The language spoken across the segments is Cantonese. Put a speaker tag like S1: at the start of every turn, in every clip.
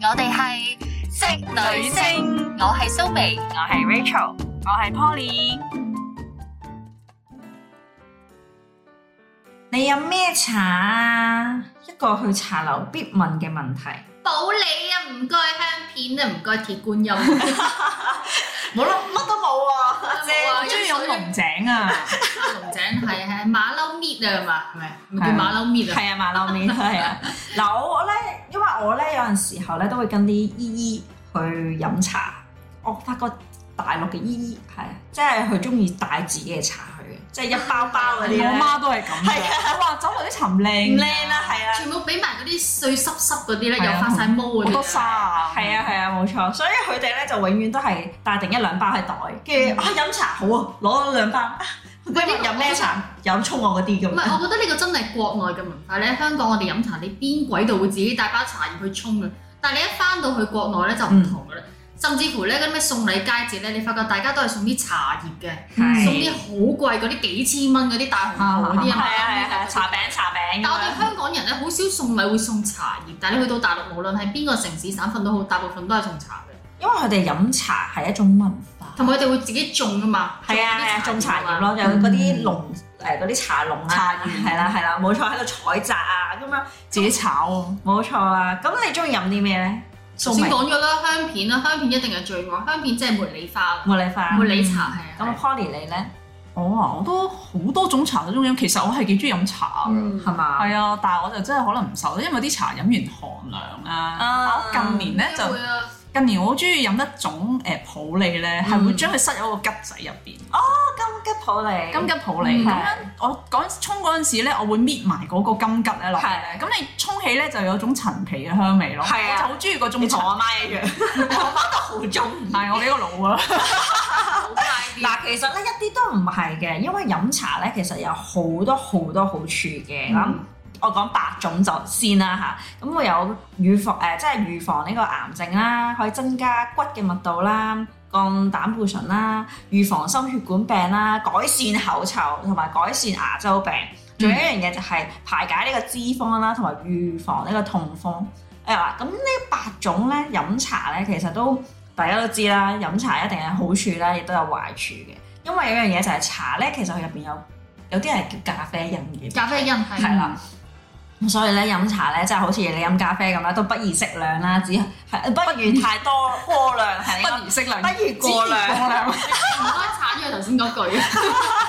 S1: 我哋係職女聲，
S2: 星，
S1: 我係蘇眉，
S2: 我係 Rachel，我係 Poly。你飲咩茶啊？一個去茶樓必問嘅問題。
S1: 保你啊，唔該香片啊，唔該鐵觀音。
S2: 冇啦，乜都冇 啊！阿姐，
S1: 冇啊
S2: 我中意飲龍井啊，
S1: 龍井係係馬騮搣啊嘛，係咪？咪叫馬騮搣啊？
S2: 係啊，馬騮面係啊。嗱，我咧，因為我咧有陣時候咧都會跟啲姨姨去飲茶，我發覺大陸嘅姨姨係啊即係佢中意帶自己嘅茶去嘅，即係一包包 嗰啲咧。
S3: 我媽都係咁
S2: 係
S3: 嘅，
S2: 啊，哇！酒樓啲沉
S3: 唔
S2: 靚
S3: 靚啦
S2: 係啊，
S1: 全部俾埋嗰啲碎濕濕嗰啲咧，
S3: 係
S1: 又
S3: 啊
S1: 發晒毛嗰
S3: 好
S1: 啲
S3: 多
S1: 啊。
S3: 沙啊，
S2: 係啊係啊，冇錯。所以佢哋咧就永遠都係帶定一兩包喺袋，跟住啊飲茶好啊，攞兩包。啊今日飲咩茶？飲沖我嗰啲
S1: 唔
S2: 咁。
S1: 係，我覺得呢個真係國內嘅文化咧。香港我哋飲茶，你邊鬼度會自己帶包茶葉去沖嘅？但係你一翻到去國內咧就唔
S3: 嗯
S1: 同嘅啦。甚至乎咧嗰啲咩送禮佳節咧，你發覺大家都係送啲茶葉嘅，
S2: 係
S1: 送啲好貴嗰啲幾千蚊嗰啲大紅袍嗰啲
S2: 係
S1: 啊嘛。
S2: 啊係啊係啊，茶餅茶餅咁
S1: 但我哋
S2: 樣。
S1: 香港人咧好少送禮會送茶葉，但係你去到大陸，無論係邊個城市省份都好，大部分都係送茶嘅，
S2: 因為佢哋飲茶係一種文化。
S1: 同埋佢哋會自己種噶嘛。
S2: 係啊係啊，
S1: 種
S2: 種
S1: 啲
S2: 茶葉
S1: 葉
S2: 咯，有
S3: 嗯
S2: 嗰啲農誒嗰啲茶農
S3: 茶
S2: 啊，
S3: 園
S2: 係啦係啦，冇錯喺度採摘啊咁樣，
S3: 自己炒啊，
S2: 冇錯啊。咁你中意飲啲咩咧？
S1: 頭先講咗啦，香片啦，香片一定係最愛，香片即係茉莉花，
S2: 茉莉花。
S1: 茉莉茶係
S2: 嗯咁
S1: 啊。
S2: Polly 你咧
S3: 我啊我都好多種茶都中意飲，其實我係幾中意飲茶㗎。
S1: 嗯
S2: 係嘛？
S3: 係啊，但係我就真係可能唔受，因為啲茶飲完寒涼啊。
S2: 啊
S3: 我近年咧就
S1: 會啊，
S3: 近年我好中意飲一種誒普洱咧，
S2: 嗯
S3: 係會將佢塞咗個桔仔入邊，
S2: 金桔哦普洱。
S3: 金桔普洱
S2: 嗯
S3: 咁樣。我嗰陣沖嗰陣時咧，我會搣埋嗰個金桔咧落去
S2: 係
S3: 咧，咁你沖起咧就有種陳皮嘅香味咯。
S2: 係
S3: 我就
S2: 啊
S3: 好中意嗰種
S2: 你同
S3: 茶。
S2: 我媽一樣，我媽都好中意。
S3: 係我幾個腦 啊！
S1: 好街邊。
S2: 嗱，其實咧一啲都唔係嘅，因為飲茶咧其實有好多好多好處嘅。咁、
S3: 嗯
S2: 我講八種就先啦吓，咁會有預防誒、即係預防呢個癌症啦，可以增加骨嘅密度啦。降膽固醇啦，預防心血管病啦，改善口臭同埋改善牙周病，仲有一樣嘢就係排解呢個脂肪啦，同埋預防呢個痛風。誒嗱，咁呢八種咧飲茶咧，其實都大家都知啦，飲茶一定有好處啦，亦都有壞處嘅。因為有一樣嘢就係茶咧，其實佢入邊有有啲係叫咖啡因嘅，
S1: 咖啡因係啊
S2: 係啦。咁所以咧飲茶咧，即係好似你飲咖啡咁啦，都不宜適量啦，只係不願太多過量，係應該
S3: 不宜適量，
S2: 不宜過量
S3: 過量。
S1: 唔該鏟咗頭先嗰句。唔係，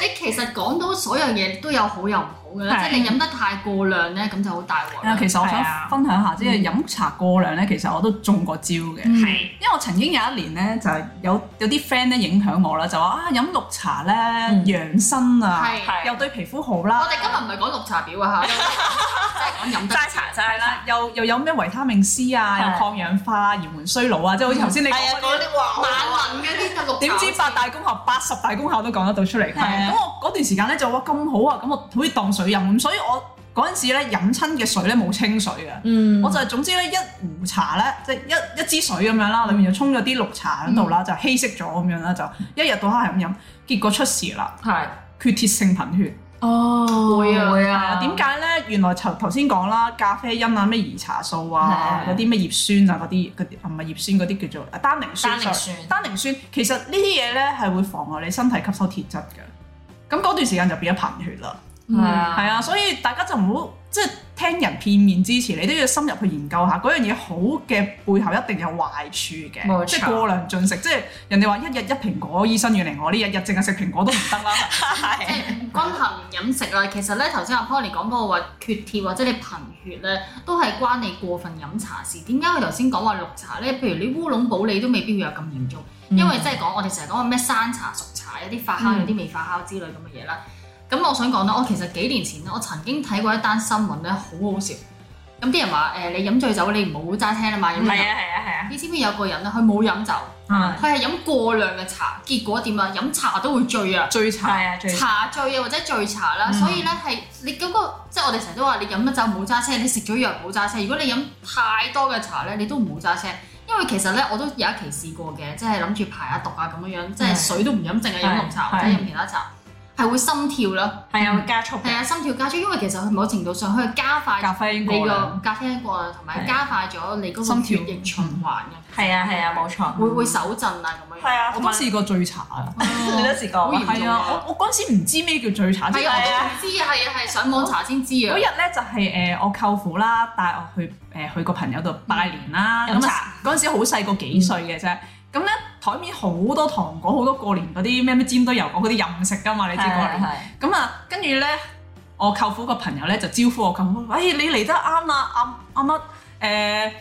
S1: 你其實講到所有嘢都有好有唔好嘅啦，
S2: 係
S1: 即係你飲得太過量咧，咁就好大鑊
S3: 啊，
S1: 啦。
S3: 其實我
S2: 係啊
S3: 想分享下，即係飲茶過量咧，其實我都中過招嘅。
S1: 嗯
S2: 係
S3: 因為我曾經有一年咧，就係有有啲 friend 咧影響我啦，就話啊飲綠茶咧
S2: 嗯
S3: 養生啊，
S1: 係。
S2: 係
S3: 又對皮膚好
S1: 我
S3: 啦，
S1: 哋今日唔係講綠茶婊啊嚇，即係講飲得
S2: 齋茶齋
S3: 係
S2: 啦，
S3: 啦，又又有咩維他命 C 啊，
S2: 係
S3: 又抗氧化、延緩衰老啊，即係好似頭先你
S2: 係
S3: 講
S2: 啊，
S3: 嗰
S2: 嗰
S3: 啲。
S2: 啲哇，
S1: 萬能嘅呢個綠茶。
S3: 點知八大功效、八十大功效都講得到出嚟。
S2: 係啊
S3: 咁我嗰段時間咧就話咁好啊，咁我好似當水飲咁，所以我嗰陣時咧飲親嘅水咧冇清水嘅。
S2: 嗯，
S3: 我就係總之咧，一壺茶咧，即係一一支水咁樣
S2: 嗯
S3: 啦，裏面就沖咗啲綠茶喺度啦，就稀釋咗咁樣啦，就一日到黑係咁飲，結果出事啦，
S2: 係
S3: 缺鐵性貧血。
S2: 哦
S1: 會啊
S2: 會
S3: 係啊，點解咧？原來頭頭先講啦，咖啡因啊，咩兒茶素啊，
S2: 係
S3: 嗰啲咩葉酸啊，嗰啲嗰啲啊唔係葉酸嗰啲叫做啊單寧酸。
S2: 單寧酸
S3: sorry，單寧酸其實呢啲嘢咧係會妨礙你身體吸收鐵質嘅，咁嗰段時間就變咗貧血啦。
S1: 嗯
S3: 係啊，所以大家就唔好即係聽人片面支持，你都要深入去研究下嗰樣嘢好嘅背後一定有壞處嘅，
S2: 冇錯
S3: 即係過量進食，即係人哋話一日一蘋果，醫生遠離我呢日日淨係食蘋果都唔得啦。
S1: 即
S2: 係
S1: 係唔均衡飲食啦，其實咧頭先阿 Polly 講嗰個話缺鐵或者你貧血咧，都係關你過分飲茶事。點解佢頭先講話綠茶咧？譬如你烏龍普洱都未必會有咁嚴重，
S2: 嗯
S1: 因為即係講我哋成日講話咩生茶、熟茶，有啲發酵，有啲未發酵之類咁嘅嘢啦。咁我想講啦，我其實幾年前咧，我曾經睇過一單新聞咧，好好笑。咁啲人話誒、你飲醉酒你唔好揸車啦嘛，飲醉
S2: 係
S1: 酒。
S2: 啊係啊係啊，
S1: 你知唔知有個人咧，佢冇飲酒，
S2: 嗯
S1: 佢係飲過量嘅茶，結果點啊？飲茶都會醉啊！
S3: 最慘
S2: 係啊最
S1: 茶醉啊，或者醉茶啦，
S3: 嗯
S1: 所以咧係你嗰、個即係我哋成日都話你飲咗酒冇揸車，你食咗藥冇揸車。如果你飲太多嘅茶咧，你都唔好揸車，因為其實咧我都有一期試過嘅，即係諗住排下毒啊咁樣樣，即係
S2: 係
S1: 水都唔飲，淨係飲
S2: 係
S1: 紅茶或者
S2: 係
S1: 飲其他茶。係會心跳啦，
S3: 係啊，會加速
S1: 係
S3: 嘅
S1: 啊，心跳加速，因為其實佢某程度上佢係加快
S2: 咖啡因
S1: 你
S2: 過
S1: 個
S2: 量，
S1: 咖啡因過量，同埋
S3: 係
S1: 加快咗你嗰
S2: 心
S1: 個
S2: 跳
S1: 血液循環嘅，
S3: 係啊，係啊，冇錯。
S1: 會會手震啊咁樣。
S3: 係啊，
S2: 我
S3: 同
S2: 都
S3: 埋
S2: 試過醉茶啊！
S3: 你都試過
S1: 好
S3: 啊。
S1: 嚴
S2: 係
S1: 重
S2: 啊，我我嗰陣時唔知咩叫醉茶，即
S1: 係
S2: 係
S1: 啊，
S3: 係啊
S1: 我都唔知啊，係啊，係上網查先知
S2: 嗰日
S1: 啊。
S2: 咧就係、誒、我舅父啦，帶我去誒、去個朋友度拜年
S1: 嗯
S2: 啦，
S3: 飲
S2: 咁
S3: 茶
S2: 啊嗰陣時好細個幾歲嘅啫。咁咧台面好多糖果，好多過年嗰啲咩咩煎堆油果嗰啲任食噶嘛，你知過
S3: 係
S2: 年。
S3: 係
S2: 咁啊，跟住咧我舅父個朋友咧就招呼我舅父，哎你嚟得啱啦，啱啱乜誒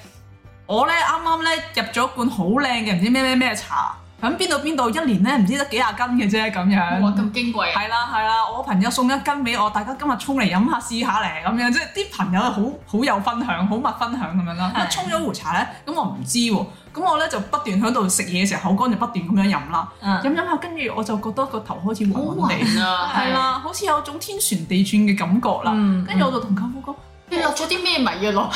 S2: 我咧啱啱咧入咗罐好靚嘅唔知咩咩咩茶，咁邊度邊度一年咧唔知得幾廿斤嘅啫咁樣。
S1: 哇，咁矜貴啊！
S2: 係啦係啦，我朋友送一斤俾我，大家今日沖嚟飲下試下咧，咁樣即係啲朋友好好有分享，好密分享咁樣啦。咁啊
S3: 係
S2: 沖咗壺茶咧，咁我唔知喎，咁我咧就不斷喺度食嘢嘅時候口乾就不斷咁樣飲啦，
S3: 嗯
S2: 飲飲下跟住我就覺得個頭開始暈
S1: 好
S2: 暈地，
S1: 暈啊，
S2: 係啦，好似有種天旋地轉嘅感覺啦。
S3: 嗯
S2: 跟住我就同舅父講，
S1: 你落咗啲咩米啊落？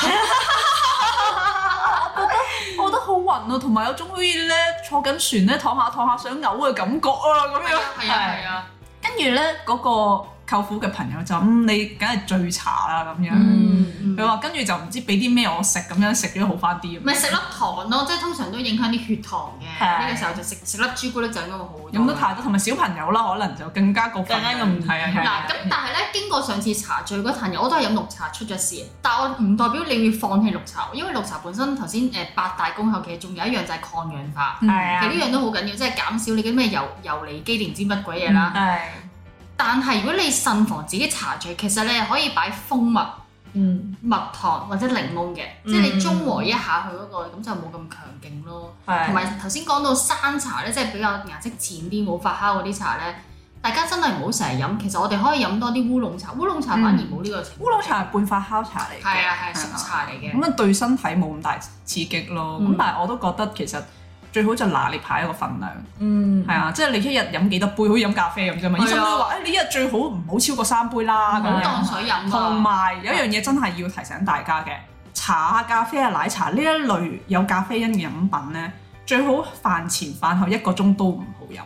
S2: 我覺得好暈啊，同埋有種好似咧坐緊船咧躺下躺下想嘔嘅感覺啊咁樣。
S1: 係啊係啊，
S2: 跟住咧嗰個舅父嘅朋友就嗯你梗係醉茶啦咁樣。
S1: 嗯嗯
S2: 佢話跟住就唔知俾啲咩我食，咁樣食咗好翻啲。
S1: 咪食粒糖咯，即係通常都影響啲血糖嘅。
S3: 係
S1: 呢個時候就食食粒朱古力就應該會好好多
S2: 飲得太多，同埋小朋友啦，可能就更加過分。
S3: 更加容易
S2: 係啊係啊
S1: 嗱，咁但係咧，經過上次茶聚嗰壇嘢，我都係飲綠茶出咗事，但我唔代表你要放棄綠茶，因為綠茶本身頭先誒八大功效，其實仲有一樣就係抗氧化，
S2: 嗯
S3: 係
S1: 其實
S3: 啊
S1: 呢樣都好緊要，即係減少你嘅咩油油離基定唔知乜鬼嘢啦。
S3: 係
S1: 但係如果你慎防自己茶聚，其實你係可以擺蜂蜜、
S3: 嗯
S1: 蜜糖或者檸檬嘅，即
S2: 嗯
S1: 係你中和一下佢嗰個，咁就冇咁強勁咯。同
S3: 係
S1: 埋頭先講到山茶咧，即係比較顏色淺啲、冇發酵嗰啲茶咧，大家真係唔好成日飲。其實我哋可以飲多啲烏龍茶，烏龍茶反而冇呢個情況。
S2: 烏龍茶係半發酵茶嚟嘅，
S1: 係啊係熟茶嚟嘅，
S2: 嗯咁啊對身體冇咁大刺激咯。
S1: 嗯
S2: 咁但係我都覺得其實最好就拿捏下一個份量，
S3: 嗯
S2: 係啊，即係你一日飲幾多杯，好似飲咖啡咁啫嘛。
S1: 係啊
S2: 醫生都話：哎誒，你一日最好唔好超過三杯啊啦。
S1: 唔
S2: 咁
S1: 好
S2: 樣
S1: 當水飲
S2: 同
S1: 啊。
S2: 埋有一樣嘢真係要提醒大家嘅，茶啊、咖啡啊、奶茶呢一類有咖啡因嘅飲品呢，最好飯前飯後一個鐘都唔好飲，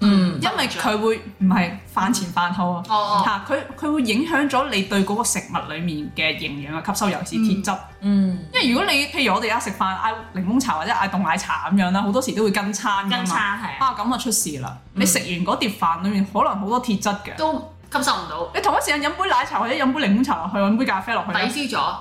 S3: 嗯
S2: 因為佢會唔係飯前飯後啊。
S1: 哦哦，
S2: 嚇！佢佢會影響咗你對嗰個食物裡面嘅營養嘅吸收，尤其是鐵質。
S3: 嗯
S2: 因為如果你譬如我哋而家食飯嗌檸檬茶或者嗌凍奶茶咁樣啦，好多時都會跟餐㗎
S3: 跟
S2: 嘛。
S3: 餐係啊
S2: 啊，咁啊出事啦！你食完嗰碟飯裡面可能好多鐵質嘅，
S1: 都吸收唔到，
S2: 你同一時間飲杯奶茶或者飲杯檸檬茶落去，飲杯咖啡落去呢
S1: 抵消咗。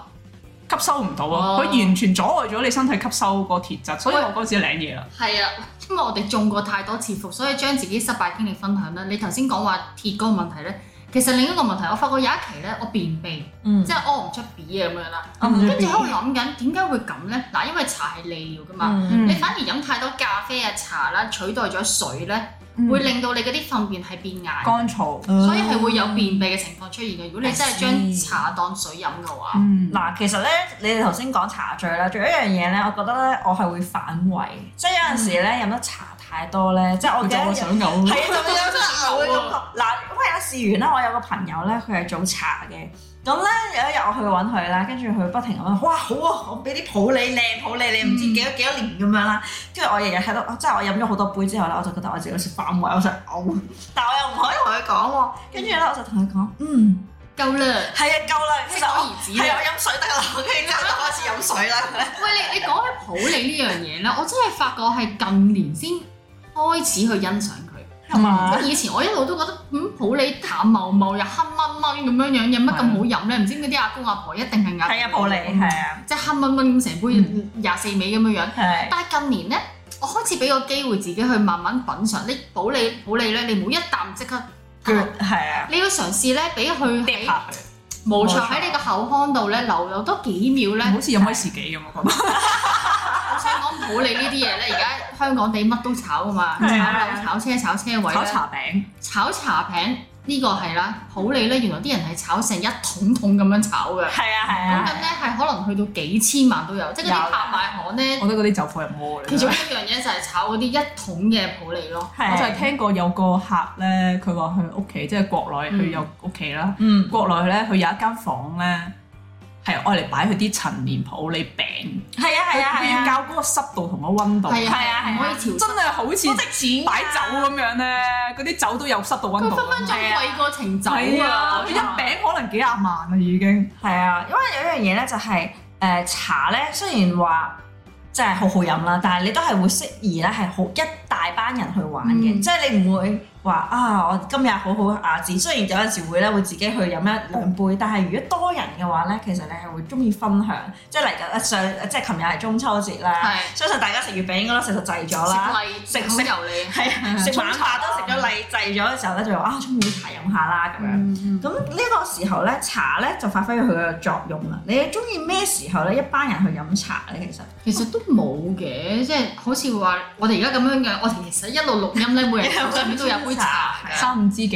S2: 吸收唔到啊！
S1: 哦
S2: 佢、完全阻礙咗你身體吸收個鐵質，所以我嗰陣時領嘢啦。
S1: 係啊，因為我哋中過太多次伏，所以將自己失敗經歷分享啦。你頭先講話鐵嗰個問題咧，其實另一個問題，我發覺有一期咧，我便秘，
S3: 嗯
S1: 即係屙唔出屎咁樣啦。
S2: 嗯
S1: 跟住喺度諗緊點解會咁咧？嗱，因為茶係利尿噶嘛，
S3: 嗯
S1: 你反而飲太多咖啡啊茶啦，取代咗水咧，
S2: 嗯
S1: 會令到你嗰啲糞便係變硬，
S2: 乾燥，
S3: 嗯
S1: 所以係會有便秘嘅情況出現嘅。如果你真係
S3: I
S1: 將
S3: see
S1: 茶當水飲嘅話，
S2: 嗯
S3: 嗱，其實咧，你哋頭先講茶醉啦，仲有一樣嘢咧，我覺得咧，我係會反胃，即係有陣時咧飲得茶太多咧，即係我
S2: 佢
S3: 記
S2: 就
S3: 得有
S2: 會 想嘔。
S3: 係啊，就會有真係會咁覺。嗱，咁係啊，試完啦，我有個朋友咧，佢係做茶嘅。咁咧有一日我去揾佢啦，跟住佢不停咁樣，哇好啊，我俾啲普洱靚普洱靚，唔知幾多幾多年咁樣啦。跟住我日日喺度，即係我飲咗好多杯之後咧，我就覺得我自己好似反胃，我想嘔，但我又唔可以同佢講喎。跟住咧我就同佢講，嗯，
S1: 夠啦，
S3: 係啊，夠啦，其
S1: 適
S3: 實
S1: 可
S3: 我
S1: 而止
S3: 係
S1: 啦
S3: 啊。我飲水得啦，跟住之後就開始飲水啦。
S1: 喂，你你講起普洱呢樣嘢咧，我真係發覺係近年先開始去欣賞佢。
S3: 係
S2: 啊
S3: 嘛？
S1: 以前我一路都覺得，嗯，普洱淡茂茂又黑掹掹咁樣樣，有乜咁好飲咧？唔知點解啲阿公阿婆一定係嗌嗯
S3: 係啊，普洱嗯係啊，
S1: 即係黑掹掹咁成杯廿四味咁樣樣。
S3: 係
S1: 但係近年咧，我開始俾個機會自己去慢慢品嚐。你普洱普洱咧，你唔好一啖即刻，
S3: good 係啊，
S1: 你要嘗試咧，俾佢
S2: 跌
S1: 喺
S2: 下去，
S1: 無錯
S3: 冇錯
S1: 喺你個口腔度咧流留多幾秒咧。
S3: 嗯
S2: 好似飲威士忌咁，我覺得。
S1: 我想講普洱呢啲嘢咧，而家香港地乜都炒噶嘛，炒
S3: 係啊
S1: 樓、炒車、炒車位
S2: 炒
S1: 咧
S2: 茶餅，
S1: 炒茶餅呢個係啦，普洱咧原來啲人係炒成一桶桶咁樣炒嘅，
S3: 係啊，係
S1: 講
S3: 啊
S1: 緊。咧係可能去到幾千萬都有，即係嗰
S3: 有
S1: 啲
S3: 㗎
S1: 拍賣行咧，
S2: 我覺得嗰啲酒貨入魔嚟
S1: 其中一
S2: 㗎。
S1: 樣嘢就係炒嗰啲一桶嘅普洱咯。
S3: 係啊
S2: 我就係聽過有個客咧，佢話佢屋企即係國內，
S1: 嗯
S2: 佢有屋企啦。
S3: 嗯
S2: 國內咧，佢有一間房咧係愛嚟擺去啲陳年鋪你餅，
S3: 係啊係啊
S2: 佢
S3: 係
S2: 要
S3: 啊，
S2: 教嗰個濕度同個温度，
S1: 係
S2: 真
S1: 啊
S3: 係啊
S1: 唔可以調濕。
S2: 哦係好似
S3: 值
S2: 擺酒咁樣咧，嗰啲酒都有濕度温
S1: 佢
S2: 度
S1: 分分
S2: 㗎嘛。
S1: 鐘貴過情酒
S2: 係
S1: 啊！
S2: 啊，佢一餅可能幾廿萬啦已經。
S3: 係啊，因為有一樣嘢咧就係、誒、茶咧，雖然話真係好好飲啦，但係你都係會適宜咧係好一大班人去玩嘅，
S1: 嗯
S3: 即係你唔會話啊我今日好好雅致。雖然有陣時會咧會自己去飲一兩杯，但係如果多人嘅話咧，其實你係會中意分享，即係嚟緊呃上即係琴日係中秋節啦，
S1: 係
S3: 相信大家食月餅應該都食到滯咗啊啦。
S1: 食
S3: 食
S1: 例食好油膩。
S3: 係啊，食晚飯都食咗禮制咗嘅時候咧，就話啊，中意茶飲下啦咁樣。
S1: 嗯
S3: 咁呢個時候咧，茶咧就發揮佢嘅作用啦。你中意咩時候咧？一班人去飲茶咧，其實
S1: 其實都冇嘅，即係好似話我哋而家咁樣嘅，我哋其實一路錄音咧，每人手上面都有杯茶
S3: 係啊
S1: 嘅。
S2: 三五知己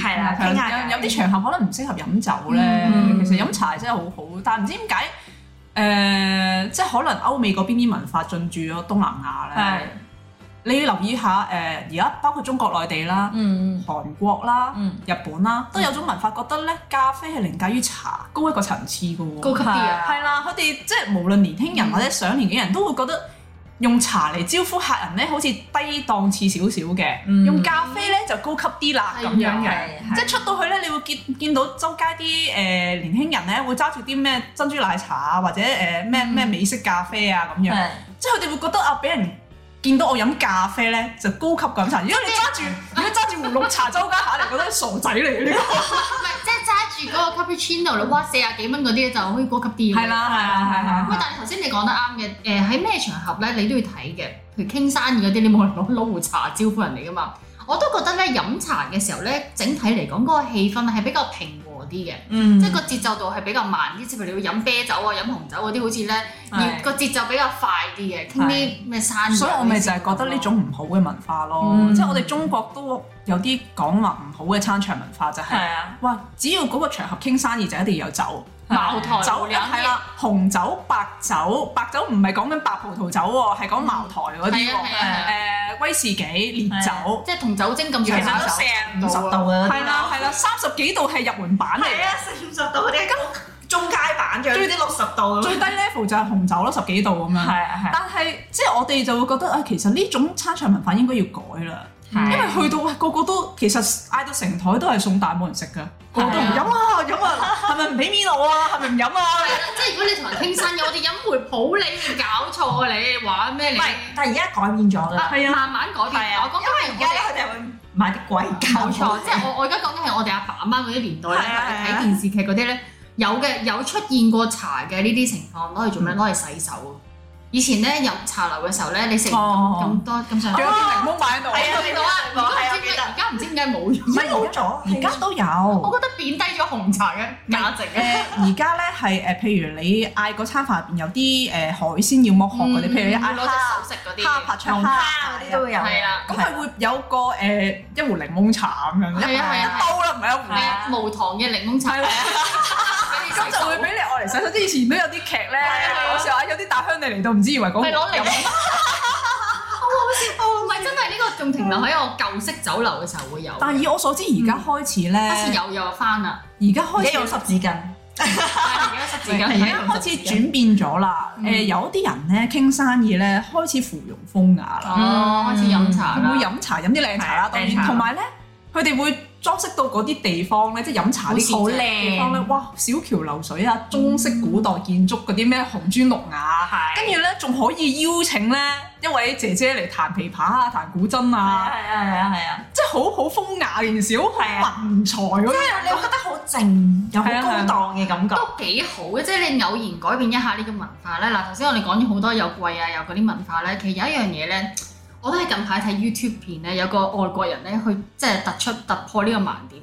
S2: 啊
S3: 係啦傾下偈
S2: 有有啲場合可能唔適合飲酒咧。
S3: 嗯
S2: 其實飲茶真係好好，但唔知點解誒，呃即係可能歐美嗰邊啲文化進駐咗東南亞咧。你要留意下誒，呃而家包括中國內地啦、
S3: 嗯
S2: 韓國啦、
S3: 嗯
S2: 日本啦，都有種文化覺得咧，咖啡係凌駕於茶，高一個層次嘅喎。
S1: 高級啲啊！
S2: 係啦，佢哋即係無論年輕人或者上年紀人都會覺得用茶嚟招呼客人咧，好似低檔次少少嘅，
S3: 嗯
S2: 用咖啡咧就高級啲啦
S1: 係
S2: 咁
S1: 啊
S2: 樣
S3: 係
S2: 嘅。
S3: 係
S2: 即係出到去咧，你會見見到周街啲誒、呃年輕人咧，會揸住啲咩珍珠奶茶啊，或者誒
S1: 嗯
S2: 咩咩美式咖啡啊咁樣，
S3: 係
S2: 即係佢哋會覺得啊，俾人見到我飲咖啡咧就高級咁茶。如果你揸住如果揸住胡綠茶周街下嚟，覺得傻仔 嚟嘅呢個。
S1: 唔係即係揸住嗰個 cappuccino 你哇四廿幾蚊嗰啲咧就可以高級啲喎。
S2: 係啦，係
S3: 啦
S2: 啦，係
S1: 喂，
S2: 啦。
S1: 但係頭先你講得啱嘅，誒喺咩場合咧，你都要睇嘅。譬如傾生意嗰啲，你冇人攞攞壺茶招呼人嚟噶嘛。我都覺得咧，飲茶嘅時候咧，整體嚟講嗰個氣氛係比較平和啲嘅，
S3: 嗯
S1: 即係個節奏度係比較慢啲。即係譬如你要飲啤酒啊、飲紅酒嗰啲，好似咧
S3: 係
S1: 要個節奏比較快啲嘅，傾啲咩生意。
S2: 所以我咪就係覺得呢種唔好嘅文化咯，
S3: 嗯
S2: 即係我哋中國都有啲講話唔好嘅餐場文化就係、
S3: 係啊，
S2: 哇！只要嗰個場合傾生意就一定要有酒，
S1: 茅台
S2: 酒
S1: 兩
S2: 一係啦，紅酒、白酒，白酒唔係講緊白葡萄酒喎，係講茅台嗰啲
S1: 係啊係啊係啊
S2: 喎，誒威士忌、烈酒，
S1: 即係啊同酒精咁
S3: 其
S1: 上
S3: 實
S1: 下
S3: 都
S1: 手
S3: 四十五十度嘅，
S2: 係啦係啦，三十幾度係入門版嚟
S3: 係
S2: 嘅，
S3: 啊，四十五十度嗰啲咁中街版嘅，最啲六十度
S2: 最
S3: 咁。
S2: 低 level 就係紅酒咯，十幾度咁樣。
S3: 啊係啊
S2: 但係即係我哋就會覺得啊，其實呢種餐場文化應該要改啦。
S3: 係，
S2: 因為去到喂個個都其實嗌到成台都係送蛋冇人食㗎，個個都唔飲啊飲啊，係咪唔俾面我啊？係咪唔飲啊？
S1: 係啦，即係如果你同人傾生意，我哋飲回普你，你搞錯啊你玩咩
S3: 唔
S1: 你？
S3: 係，但係而家改變咗啦。
S1: 啊，慢慢改變。
S3: 係啊
S1: 我講緊係
S3: 而
S1: 我
S3: 家
S1: 哋
S3: 咧，佢哋會買啲貴價
S1: 冇錯，即係我我而家講緊係我哋阿爸阿媽嗰啲年代
S3: 係啊係
S1: 咧，
S3: 啊
S1: 睇電視劇嗰啲咧，有嘅有出現過茶嘅呢啲情況，攞嚟做咩？攞嚟洗手。以前咧入茶樓嘅時候咧，你食咁
S2: 哦
S1: 咁多咁上
S2: 仲有
S1: 下，
S2: 啲檸檬擺喺度。
S3: 係啊
S1: 見到啊！
S3: 係啊
S1: 而家唔知點解而家唔知
S3: 係啊
S1: 點解冇
S2: 唔
S1: 咗。
S2: 係
S3: 冇咗，
S2: 而
S3: 而
S2: 家
S3: 家
S2: 都
S3: 啊
S2: 有。
S1: 我覺得貶低咗紅茶嘅價值
S2: 誒
S1: 嘅。
S2: 而家咧係誒，譬如你嗌嗰餐飯入邊有啲誒海鮮要剝殼嗰啲，譬如你
S1: 嗯
S2: 嗌
S1: 攞
S2: 蝦
S1: 隻手食嗰
S2: 蝦
S1: 啲，
S2: 拍
S3: 長
S2: 腸
S3: 蝦
S2: 蝦
S3: 嗰啲都會有。
S1: 係啦，
S2: 咁佢會有個誒一壺檸檬茶咁樣，一
S1: 係啊係啊，
S2: 兜啦唔係一
S1: 係
S2: 壺，
S1: 啊無糖嘅檸檬茶，
S2: 係
S1: 俾
S2: 啊
S1: 你洗
S2: 咁就
S1: 手
S2: 會俾你愛嚟洗手。即係以前都有啲劇咧
S1: 啊係啊，
S2: 有時候啊有啲大鄉里嚟到唔知以為講
S1: 係攞嚟飲。 好好笑，唔係真係呢個仲停留喺我舊式酒樓嘅時候會有嘅。
S2: 但以我所知，而家開始咧，
S1: 好似啊有又翻啦，
S2: 而家
S3: 而
S2: 開
S3: 家
S2: 始
S3: 用濕紙巾。
S1: 而家十字架
S2: 而家開始轉變咗啦。誒，有啲人咧傾生意咧，開始附庸風雅啦，
S1: 哦，開始飲茶
S2: 佢
S1: 啦
S2: 會，飲茶飲啲靚茶啦，
S3: 係
S2: 當
S3: 靚茶
S2: 然同埋咧，佢哋會裝飾到嗰啲地方咧，即係飲茶啲
S3: 好靚
S2: 地方咧，哇！小橋流水啊，中式古代建築嗰啲咩紅磚綠瓦，啊
S3: 係
S2: 跟住咧仲可以邀請咧一位姐姐嚟彈琵琶啊、彈古箏啊，
S3: 係啊係啊係啊！
S2: 即係好好風雅嘅件事，好
S3: 係啊
S2: 文才
S3: 即
S2: 嗰種。
S3: 係你會覺得好靜，又好
S2: 係啊係啊
S3: 高檔嘅感覺。
S1: 都幾好嘅，即係你偶然改變一下呢個文化咧。嗱，頭先我哋講咗好多有貴啊，有嗰啲文化咧，其實有一樣嘢咧。我都係近排睇 YouTube 片咧，有個外國人咧，去即係突出突破呢個盲點。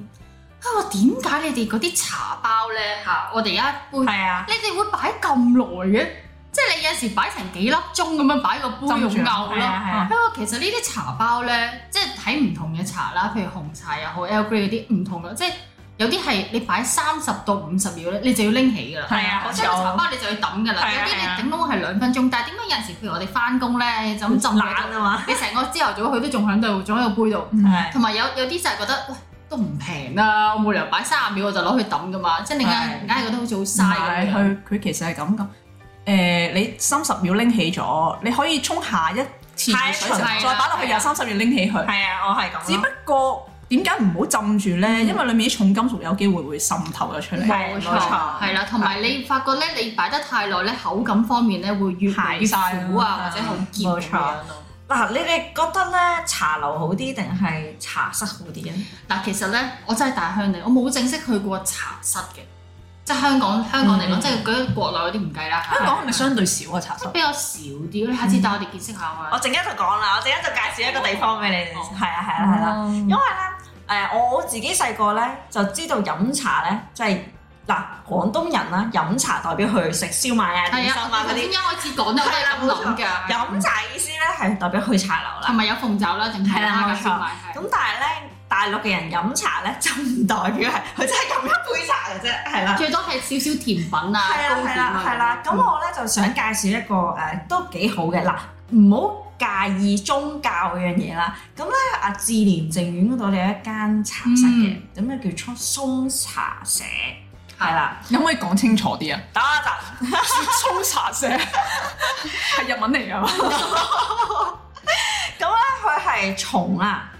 S1: 啊，我點解你哋嗰啲茶包咧嚇，我哋而家杯，
S3: 係啊，
S1: 你哋會擺咁耐嘅？即係你有時擺成幾粒鐘咁樣擺個杯用
S2: 斟
S1: 牛
S2: 住
S3: 係
S1: 咯。
S3: 啊係啊，
S1: 不過其實呢啲茶包咧，即係睇唔同嘅茶啦，譬如紅茶又好，L Grey 嗰啲唔同嘅，即係有啲係你擺三十到五十秒咧，你就要拎起㗎啦。
S3: 係啊好
S1: 即
S3: 似
S1: 係個茶
S3: 我
S1: 包你就要抌㗎啦。
S3: 係
S1: 有
S3: 啊係啊
S1: 啲你頂籠係兩分鐘，但係點解有陣時譬如我哋翻工咧就咁浸
S3: 懶
S1: 喺度
S3: 啊嘛，
S1: 你成個朝頭早佢都仲喺度，仲喺個杯度。
S3: 係
S1: 同埋有有啲就係覺得，喂，都唔平啊啦，我冇理由擺三十秒我就攞去抌噶嘛，即係你
S2: 係
S1: 硬硬係覺得好似好嘥咁
S2: 晒
S1: 樣。
S2: 佢佢其實係咁噶。誒、你三十秒拎起咗，你可以沖下一次
S3: 下一
S2: 熱水
S3: 層
S2: 就
S1: 係
S2: 再
S1: 啦
S2: 擺落
S1: 係
S2: 去
S1: 啦
S2: 又三十秒拎起佢。
S3: 係啊，我係咁
S2: 只
S3: 咯
S2: 不過點解唔好浸住
S3: 嗯
S2: 咧？因為裡面啲重金屬有機會會滲透咗出嚟。
S3: 係冇錯
S1: 係啦，同埋你發覺咧，你擺得太耐咧，口感方面咧會越嚟
S2: 鞋
S1: 越
S2: 晒
S1: 苦啊，
S2: 啦
S1: 或者好澀
S3: 嗯冇
S1: 咁樣
S3: 錯
S1: 咯。
S3: 嗱，你哋覺得咧茶樓好啲定係茶室好啲咧？啊
S1: 嗱，其實咧，我真係大鄉里，我冇正式去過茶室嘅，即係香港香港嚟講，
S3: 嗯
S1: 即係嗰國內嗰啲唔計啦，
S2: 香港係咪相對少啊茶室
S1: 即係？比較少啲。你下次帶我哋見識下啊
S3: 我。陣間就講啦，我陣間就介紹一個地方俾你
S1: 哦
S3: 哋。係啊，係啦，係啦。因為咧，誒我自己細個咧就知道飲茶咧，即係嗱廣東人啦，飲茶代表去食燒賣啊、
S1: 係
S3: 點心
S1: 啊，
S3: 啊
S1: 我
S3: 嗰
S1: 頭先
S3: 啲。
S1: 一開始講咧，我都係咁諗啊㗎。
S3: 飲茶意思咧係代表去茶樓
S1: 係
S3: 啦。
S1: 咪有鳳爪啦？定係
S3: 係啦
S1: 蝦
S3: 冇
S1: 餃
S3: 錯
S1: 燒賣係
S3: 咁但係咧，大陸嘅人飲茶咧就唔代表係佢真係飲一杯茶嘅啫，係啦。
S1: 最多係少少甜品啊、
S3: 係啦
S1: 糕
S3: 係
S1: 點
S3: 啦
S1: 啊。
S3: 係啦，咁我咧就想介紹一個誒、呃都幾好嘅嗱，唔好介意宗教嗰樣嘢啦。咁咧啊，志蓮淨苑嗰度咧有一間茶室嘅，咁咧、叫出松茶社，
S1: 啊
S3: 係啦，
S2: 可唔可以講清楚啲啊？
S3: 等我一陣。
S2: 沖茶 社係日文嚟㗎嘛？
S3: 咁咧佢係松啊，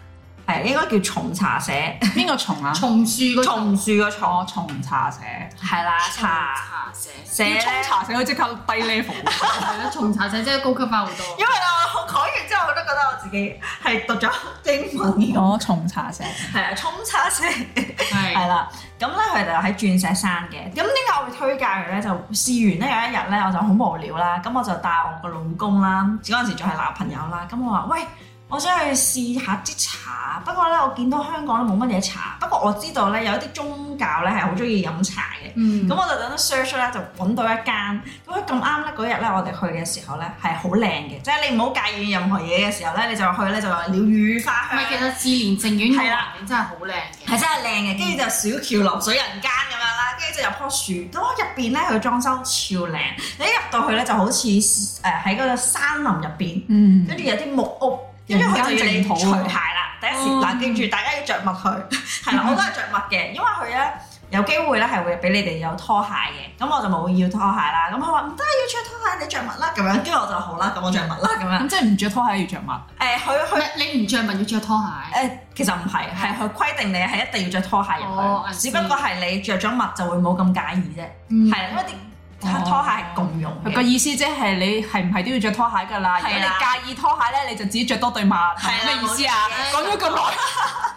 S3: 係應該叫松茶社，
S2: 邊個蟲啊？
S1: 松樹嗰種
S3: 松樹個松，
S2: 哦，蟲茶社。
S3: 係啦，茶
S1: 茶社，
S3: 社
S2: 要
S3: 咧。
S2: 沖茶社，佢即刻低 level。
S1: 係啦，松茶社真係高級翻好多。
S3: 因為啊，我講完之後，我都覺得我自己係讀咗英文 嘅，
S2: 哦，蟲茶社。
S3: 係啊，沖茶社。
S1: 係
S3: 係啦，咁咧佢就喺鑽石山嘅。咁點解我會推介佢咧？就試完咧有一日咧，我就好無聊啦，咁我就帶我個老公啦，嗰陣時仲係男朋友啦，咁我話喂。我想去試下啲茶，不過咧我見到香港都冇乜嘢茶，不過我知道咧有一啲宗教咧係好中意飲茶嘅，
S1: 嗯
S3: 咁、我就等咗 search 咧，就揾到一間。咁咁啱咧，嗰日咧我哋去嘅時候咧係好靚嘅，即係你唔好介意任何嘢嘅時候咧，你就去咧就話鳥語花
S1: 唔
S3: 香。
S1: 係，其實自蓮淨苑嘅
S3: 係啦
S1: 環境真係好靚嘅。
S3: 係真係靚嘅，跟住就小橋流水人間咁樣啦，跟住就有棵樹，咁入邊咧佢裝修超靚，你一入到去咧就好似誒喺嗰個山林入邊，
S2: 嗯
S3: 跟住有啲木屋，跟住佢就要你
S2: 人間淨土
S3: 除
S2: 啊
S3: 鞋啦，第一時
S2: 哦
S3: 嗱，記住大家要着襪去，係啦，我都係着襪嘅，因為佢咧。有機會咧係會俾你哋有拖鞋嘅，咁我就冇要拖鞋啦。咁佢話唔得，要着拖鞋，你着襪啦咁樣。跟住我就好啦，咁我着襪啦咁樣。
S2: 咁即係唔着拖鞋要着襪。
S3: 誒，佢
S1: 唔
S3: 佢
S1: 係你唔着咪要着拖鞋？
S3: 誒，其實唔係，係佢規定你係一定要着拖鞋入去，
S1: 哦，I see
S3: 只不過係你着咗襪就會冇咁介意啫。
S1: 嗯
S3: 係因為啲拖鞋 係共用
S2: 佢
S3: 嘅，
S2: 個意思即係你係唔係都要着拖鞋㗎啦？如果
S3: 嗯係
S2: 你
S3: 啦
S2: 介意拖鞋咧，你就自己着多對襪，
S3: 係
S2: 係
S3: 啦
S2: 咩意思啊
S1: 冇？錯
S2: 講咗咁耐，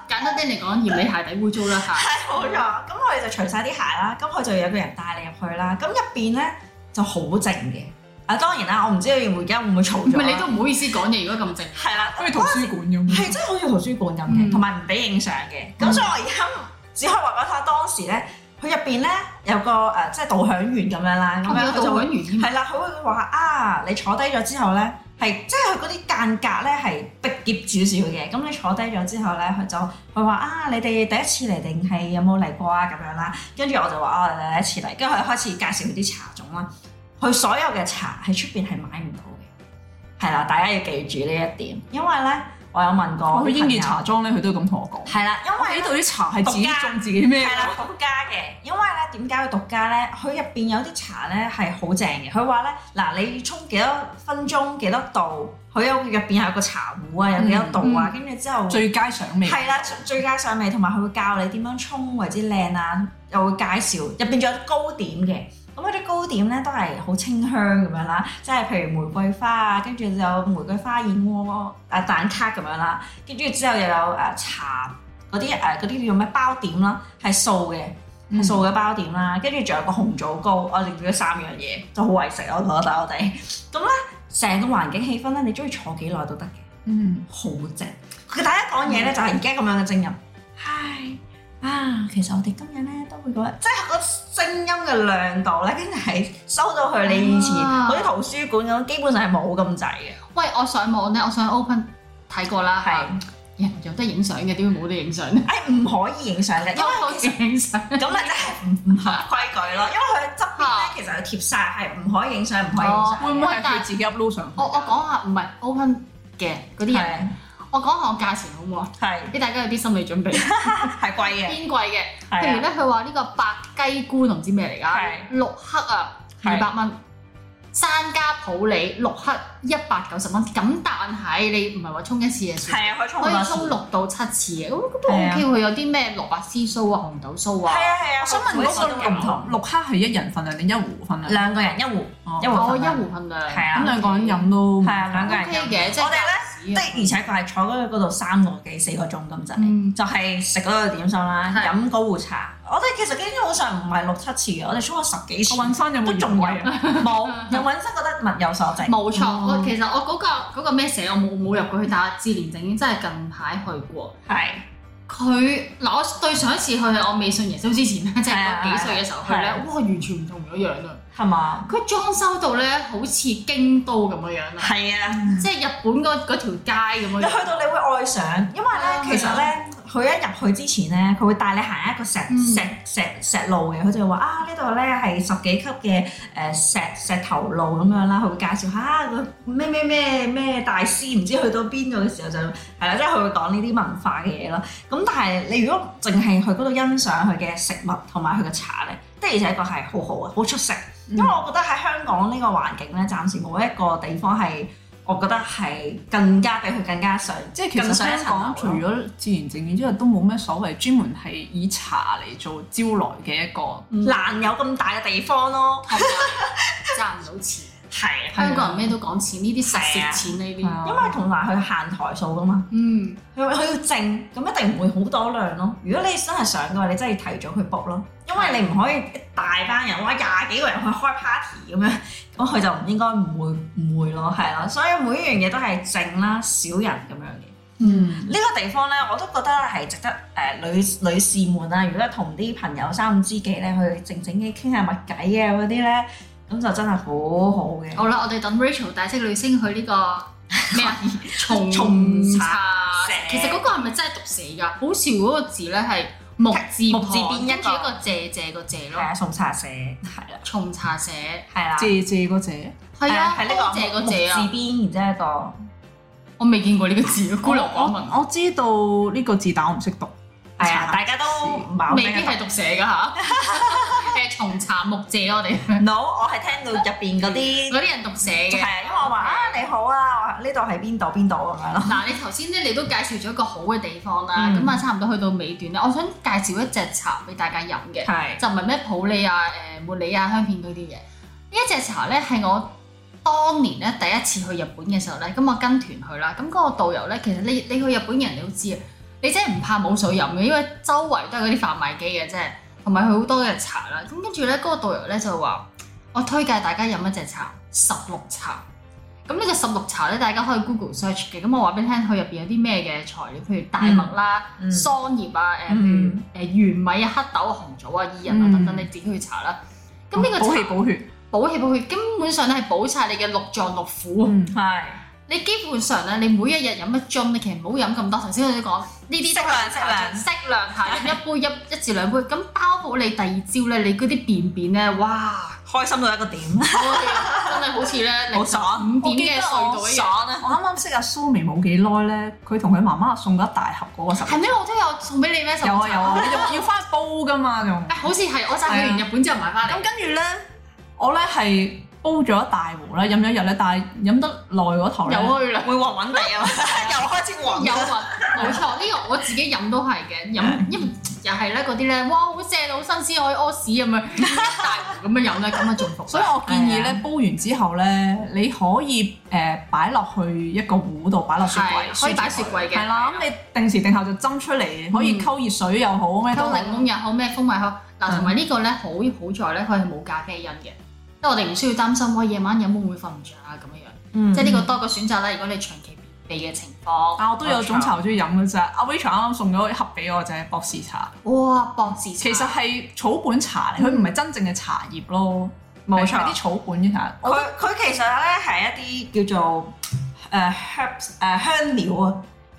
S1: 簡單啲嚟講，嫌你鞋底污糟啦嚇。
S3: 係冇錯。咁我哋就除晒啲鞋啦，咁佢就有個人帶你入去啦。咁入邊咧就好靜嘅。啊，當然啦，我唔知你會而家會唔會嘈
S1: 唔
S3: 咗啦。
S1: 係你都唔好意思講嘢，如果咁靜。
S3: 係啦，
S2: 好似圖書館咁。
S3: 係真係好似圖書館咁
S1: 嗯
S3: 嘅，同埋唔俾影相嘅。咁
S1: 嗯
S3: 所以我而家只可以話俾我聽，當時咧佢入邊咧有個誒即係導響員咁樣啦，咁
S1: 我
S3: 樣
S1: 有
S3: 佢就
S1: 導
S3: 會
S1: 演員添。
S3: 係啦，佢會話啊，你坐低咗之後咧，係即係佢嗰啲間隔咧係逼夾少少嘅。咁你坐低咗之後咧，佢就佢話啊，你哋第一次嚟定係有冇嚟過啊？咁樣啦，跟住我就話啊，我哋第一次嚟，跟住佢開始介紹佢啲茶種啦。佢所有嘅茶喺出邊係買唔到嘅，係啦，大家要記住呢一點，因為咧我有問過
S2: 我去
S3: 啲
S2: 英
S3: 朋
S2: 傑
S3: 友，
S2: 茶莊哦咧，佢都咁同我講。
S3: 係啦，因為
S2: 呢
S3: 呢
S2: 度啲茶係自
S3: 獨
S2: 己
S3: 家
S2: 種自己咩㗎？
S3: 係啦，獨家嘅，因為咧點解佢獨家咧？佢入邊有啲茶咧係好正嘅。佢話咧嗱，你沖幾多分鐘幾多度，佢有入邊係有個茶壺啊，有幾多度啊，跟住之後
S2: 最佳賞味。啊
S3: 係啦，最佳上味，同埋佢會教你點樣沖為之靚啊，又會介紹入邊仲有啲糕點嘅。咁嗰啲糕點咧都係好清香咁樣啦，即係譬如玫瑰花啊，跟住就有玫瑰花燕窩啊蛋撻咁樣啦，跟住之後又有誒、呃茶嗰啲誒啊嗰啲叫咩包點啦，係素嘅。
S2: 嗯
S3: 素嘅包點啦，跟住仲有個紅棗糕，我哋叫咗三樣嘢，都好為食我覺得我哋。咁咧，成個環境氣氛咧，你中意坐幾耐都得嘅。
S2: 嗯。
S3: 好正。佢大家講嘢咧就係而家咁樣嘅聲音，嗨啊！其實我哋今日咧都會覺得，即係個聲音嘅亮度咧，跟住係收到去你以前
S1: 啊
S3: 嗰啲圖書館咁，基本上係冇咁滯嘅。
S1: 喂，我上網咧，我上 Open 睇過啦
S3: 係
S1: 嚇。有有得影相嘅，點會冇得影相 咧？
S3: 誒唔可以影相嘅，因
S1: 偷 偷
S3: 為其實
S1: 哋影相。
S3: 咁咪真係唔唔合規矩咯。因為佢側邊咧其實佢貼晒係唔可以影相，唔可以影
S1: 哦
S3: 相。
S2: 會唔會係佢自己 upload 上去？
S1: 我我講下，唔係 Open 嘅嗰啲人，
S3: 係
S1: 我我講下我價錢好唔好啊？
S3: 係
S1: 俾大家有啲心理準備，
S3: 係貴嘅，
S1: 偏貴嘅。譬如
S3: 係啊，
S1: 咧，佢話呢個白雞菇同唔知咩嚟㗎，
S3: 係
S1: 六克啊，二
S3: 係
S1: 百蚊。山家普洱六克一百九十蚊，咁但係你唔係話沖一次就算，
S3: 係啊，可以沖
S1: 可
S3: 好
S1: 以沖
S3: 多次
S1: 六到七次嘅，咁都
S3: 係
S1: OK
S3: 啊
S1: 喎。有啲咩蘿蔔絲酥啊、紅豆酥啊，
S3: 係啊係啊，
S2: 我想問
S3: 每一
S2: 嗰
S3: 次都
S2: 個
S3: 唔同，
S2: 六克係一人份啊量定一壺份量？
S3: 兩個人一壺，
S2: 哦
S3: 一壺
S1: 我
S3: 份
S1: 一
S3: 量。
S1: 壺份量，
S3: 係啊
S2: 咁兩個人飲都
S3: 係啊，兩個人
S1: OK
S3: 飲。
S1: 嘅，即係啊
S3: 我哋咧
S1: 咧
S2: 啊
S3: 的而且確係坐嗰個嗰度三個幾四個鐘咁滯，
S1: 嗯
S3: 就係食嗰個點心啦，
S1: 係
S3: 飲嗰壺茶。我哋其實基本上唔係六七次嘅，我哋沖咗十幾次
S2: 我。揾翻有
S3: 都
S2: 冇
S3: 仲有
S2: 原味啊？
S3: 冇，有揾真覺得物有所值。
S1: 冇錯，
S3: 哦
S2: 嗯
S1: 我其實我嗰、個嗰、個咩社，我冇冇入過去打智聯證，真係近排去過。
S3: 係
S1: 佢嗱，我對上一次去係我未信耶穌之前咧，即
S3: 係啊
S1: 係我幾歲嘅時候去
S3: 係
S1: 咧
S3: 啊，
S1: 哇，完全唔同咗樣啊！
S3: 係嘛？
S1: 佢裝修到咧好似京都咁嘅樣啊，
S3: 係啊，
S1: 即係日本嗰嗰條街咁
S3: 你
S1: 嘅樣。
S3: 去到你會愛上，因為
S1: 係啊
S3: 咧其實咧，佢一入去之前咧，佢會帶你行一個石
S1: 嗯
S3: 石石石路嘅，佢就話啊呢度咧係十幾級嘅誒石石頭路咁樣啦，佢會介紹下個咩咩咩咩大師，唔知去到邊度嘅時候就係啦，即係佢會講呢啲文化嘅嘢啦。咁但係你如果淨係去嗰度欣賞佢嘅食物同埋佢嘅茶咧，的而且確係好好啊，好出色。因為我覺得喺香港呢個環境咧，暫時冇一個地方係我覺得係更加比佢更加上，
S2: 即係其實
S3: 更上一
S2: 香
S3: 層
S2: 港
S3: 樓
S2: 除咗自然證券之外，都冇咩所謂專門係以茶嚟做招來嘅一個。
S3: 難有咁大嘅地方咯。
S1: 同埋賺唔到錢，
S3: 係啊，
S1: 香港人咩都講錢，呢啲實
S3: 係啊
S1: 蝕錢呢
S2: 係啊
S1: 啲。
S3: 因為同埋佢限台數噶嘛，
S1: 嗯，
S3: 佢佢要正，咁一定唔會好多量咯。如果你真係想嘅話，你真係要提早去 book 咯，因為你唔可以一大班人，哇廿幾個人去開 party 咁樣，咁佢就唔應該唔會唔會咯，係啦。所以每一樣嘢都係正啦，少人咁樣嘅。
S2: 嗯，
S3: 呢個地方咧，我都覺得係值得誒、呃女女士們啊，如果同啲朋友三五知己咧，去靜靜嘅傾下密偈啊嗰啲咧，咁就真係好好嘅。
S1: 好啦，我哋等 Rachel 帶識女星去呢個咩 啊？重
S3: 重
S1: 茶
S3: 茶社
S1: 其實嗰個係咪真係讀死㗎？好少嗰個字咧係木字
S3: 木
S1: 旁
S3: 字邊一
S1: 跟
S3: 個
S1: 住一個謝謝個謝
S3: 係
S1: 咯。
S3: 啊，送茶社係啦，
S1: 重茶社
S3: 係啦，
S2: 謝謝嗰謝，
S1: 係啊，
S3: 係呢
S1: 多
S3: 個
S1: 謝個
S3: 木
S1: 謝啊
S3: 字！邊，然之後
S1: 我未見過呢個字，孤陋寡聞，
S2: 我我知道呢個字，但我唔識讀。
S3: 一個係啊，大家都唔係好
S1: 未
S3: 識
S1: 必係讀社㗎吓。 誒，重茶木謝我哋
S3: 得讀 No，我係聽到入邊嗰啲
S1: 嗰啲人讀社
S3: 係
S1: 嘅。
S3: 啊，因為我話啊你好啊，我呢度係邊度邊度咁樣咯。
S1: 嗱，你頭先咧，你都介紹咗一個好嘅地方啦，
S3: 嗯
S1: 咁啊、差唔多去到尾段啦。我想介紹一隻茶俾大家飲嘅，
S3: 係
S1: 就唔係咩普洱啊、誒、茉莉啊、香片嗰啲嘢。呢一隻茶咧係我當年咧第一次去日本嘅時候咧，咁我跟團去啦。咁、嗰個導遊咧，其實你你去日本嘅人你都知啊，你真係唔怕冇水飲嘅，因為周圍都係嗰啲販賣機嘅啫，同埋佢好多嘅茶啦。咁跟住咧，嗰、個導遊咧就話：我推介大家飲一隻茶，十六茶。咁呢個十六茶咧，大家可以 Google search 嘅。咁我話俾你聽，佢入邊有啲咩嘅材料，譬如大麥啦。
S3: 嗯
S1: 桑葉啊，誒譬
S3: 嗯
S1: 如誒玄米啊、黑豆啊、紅棗啊、薏仁啊
S2: 嗯
S1: 等等，你自己去查啦。咁呢個
S2: 補氣
S1: 茶
S2: 補血，
S1: 補氣補血，根本上咧係補晒你嘅六臟六腑啊。
S2: 嗯，
S3: 係，
S1: 你基本上咧，你每一日飲一樽，你其實唔好飲咁多。頭先我哋講呢啲
S3: 適量適量
S1: 適量嚇，飲一杯一一至兩杯，咁包好你第二朝咧，你嗰啲便便咧，哇！
S3: 開心到一個點，
S1: 我哋真係好似咧
S3: 好
S1: 零十
S3: 爽，
S1: 五點嘅隧道一樣。
S3: 爽啊！
S2: 我啱啱識阿蘇眉冇幾耐咧，佢同佢媽媽送咗一大盒嗰個十
S1: 係咩？我都 有送俾你咩？
S2: 有啊有啊，
S1: 你
S2: 你 仲要翻去煲噶嘛仲。
S1: 啊好似係我就係去完日本之後買翻嚟
S2: 咁。跟住咧，我咧係煲咗一大壺啦，飲咗一日咧，但係飲得耐嗰頭咧，
S1: 有去啊啦，
S3: 會暈暈地啊， 又開始暈
S1: 有啊，冇錯，呢個我自己飲都係嘅，飲因為又係咧嗰啲咧，哇好正啊好新鮮，可以屙屎咁樣，一大壺咁樣飲咧，咁啊中伏。
S2: 所以我建議
S3: 係
S2: 咧，煲完之後咧，你可以誒擺落去一個壺度，擺落雪
S1: 係
S2: 櫃，
S1: 可以擺雪櫃嘅啊
S2: 係啊嗯啦，咁你定時定候就斟出嚟，可以溝熱水又好咩都
S1: 溝
S2: 好。
S1: 檸檬又好，咩蜂蜜又好，嗱
S2: 嗯
S1: 同埋呢個咧好好在咧，佢係冇咖啡因嘅，即係我哋唔需要擔心，我夜晚飲會唔會瞓唔着啊咁樣樣，
S2: 嗯
S1: 即係呢個多個選擇啦。如果你長期便秘嘅情況，
S2: 啊但我都有種茶我中意飲嘅啫。阿 Rachel 啱啱送咗一盒俾我，就係博士茶，
S1: 哇博士茶
S2: 其實係草本茶嚟，佢唔係真正嘅茶葉咯，
S3: 冇
S2: 係
S3: 錯
S2: 係啲草本嘅茶。
S3: 佢佢其實咧係一啲叫做誒 herbs 誒香料啊，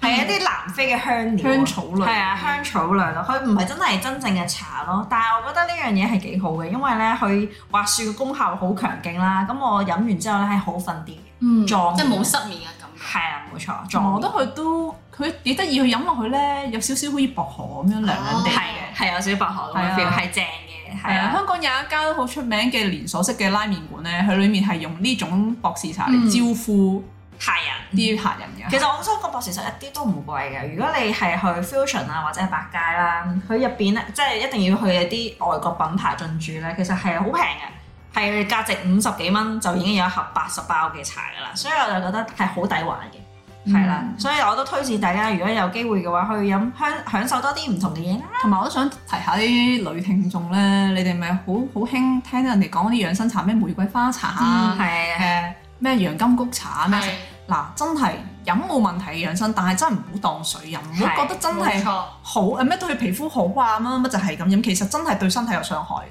S3: 係一啲南非嘅香料啊，
S2: 嗯香草類
S3: 係啊香草類咯。佢唔係真係真正嘅茶咯，但係我覺得呢樣嘢係幾好嘅，因為咧佢滑雪嘅功效好強勁啦。咁我飲完之後咧係好瞓啲嘅，
S1: 嗯，
S3: 壯
S1: 即係冇失眠嘅感啊
S3: 係啦，冇錯，
S2: 同埋我
S3: 都
S2: 覺得佢哦都佢幾得意，佢飲落去咧有少少好似薄荷咁樣涼涼地
S3: 係
S2: 嘅。
S3: 係有少少白河咁
S2: 係
S3: 嘅
S2: 啊
S3: feel，係正嘅，係
S2: 係啊，
S3: 啊，
S2: 香港有一間好出名嘅連鎖式嘅拉麵館咧，佢裡面係用呢種博士茶嚟
S1: 嗯
S2: 招呼
S3: 係啊人。
S2: 啲客人嘅。
S3: 其實我想講博士實一啲都唔貴嘅，如果你係去 fusion 啊或者係百佳啦，佢入邊咧即係一定要去一啲外國品牌進駐咧，其實係好平嘅，係價值五十幾蚊就已經有一盒八十包嘅茶噶啦，所以我就覺得係好抵玩嘅。係啦，所以我都推薦大家，如果有機會嘅話，去飲享享受多啲唔同嘅嘢啦。
S2: 同埋我都想提下啲女聽眾咧，你哋咪好好興聽到人哋講啲養生茶，咩玫瑰花茶啊，
S3: 係啊，
S2: 誒咩洋甘菊茶啊咩
S1: 嗯係
S2: 嗱，真係飲冇問題嘅養生，但係真係唔好當水飲，唔好
S3: 係
S2: 覺得真
S1: 冇
S2: 係
S1: 錯，
S2: 好誒咩對皮膚好啊乜乜乜就係咁飲，其實真係對身體有傷害嘅。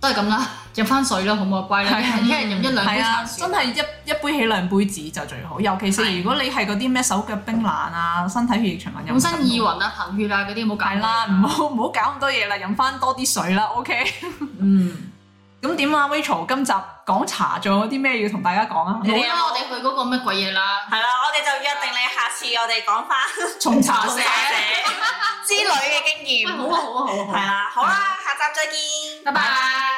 S1: 都係咁啦，飲翻水啦，好唔好啊？乖啦，
S2: 係啊
S1: 一人飲一兩杯
S2: 係
S1: 茶
S2: 啊，
S1: 先
S2: 真係一一杯起兩杯止就最好，尤其是
S3: 係
S2: 如果你係嗰啲咩手腳冰冷啊、身體血液循環又
S1: 本身意暈啊、貧血啊嗰啲冇搞。
S2: 係啦，唔好唔好搞咁多嘢啦，飲翻多啲水啦，OK。
S3: 嗯，
S2: 咁點啊，Rachel？今集講茶仲有啲咩要同大家講啊？
S1: 冇啦，我哋去嗰個乜鬼嘢啦？
S3: 係啦，我哋就約定你下次我哋講翻
S2: 從茶
S3: 學
S2: 社
S3: 者之旅嘅經
S1: 喂，
S3: 驗。
S1: 好啊，好啊，好啊，好啊
S3: 係啦，好啦，下集再見，
S1: 拜拜。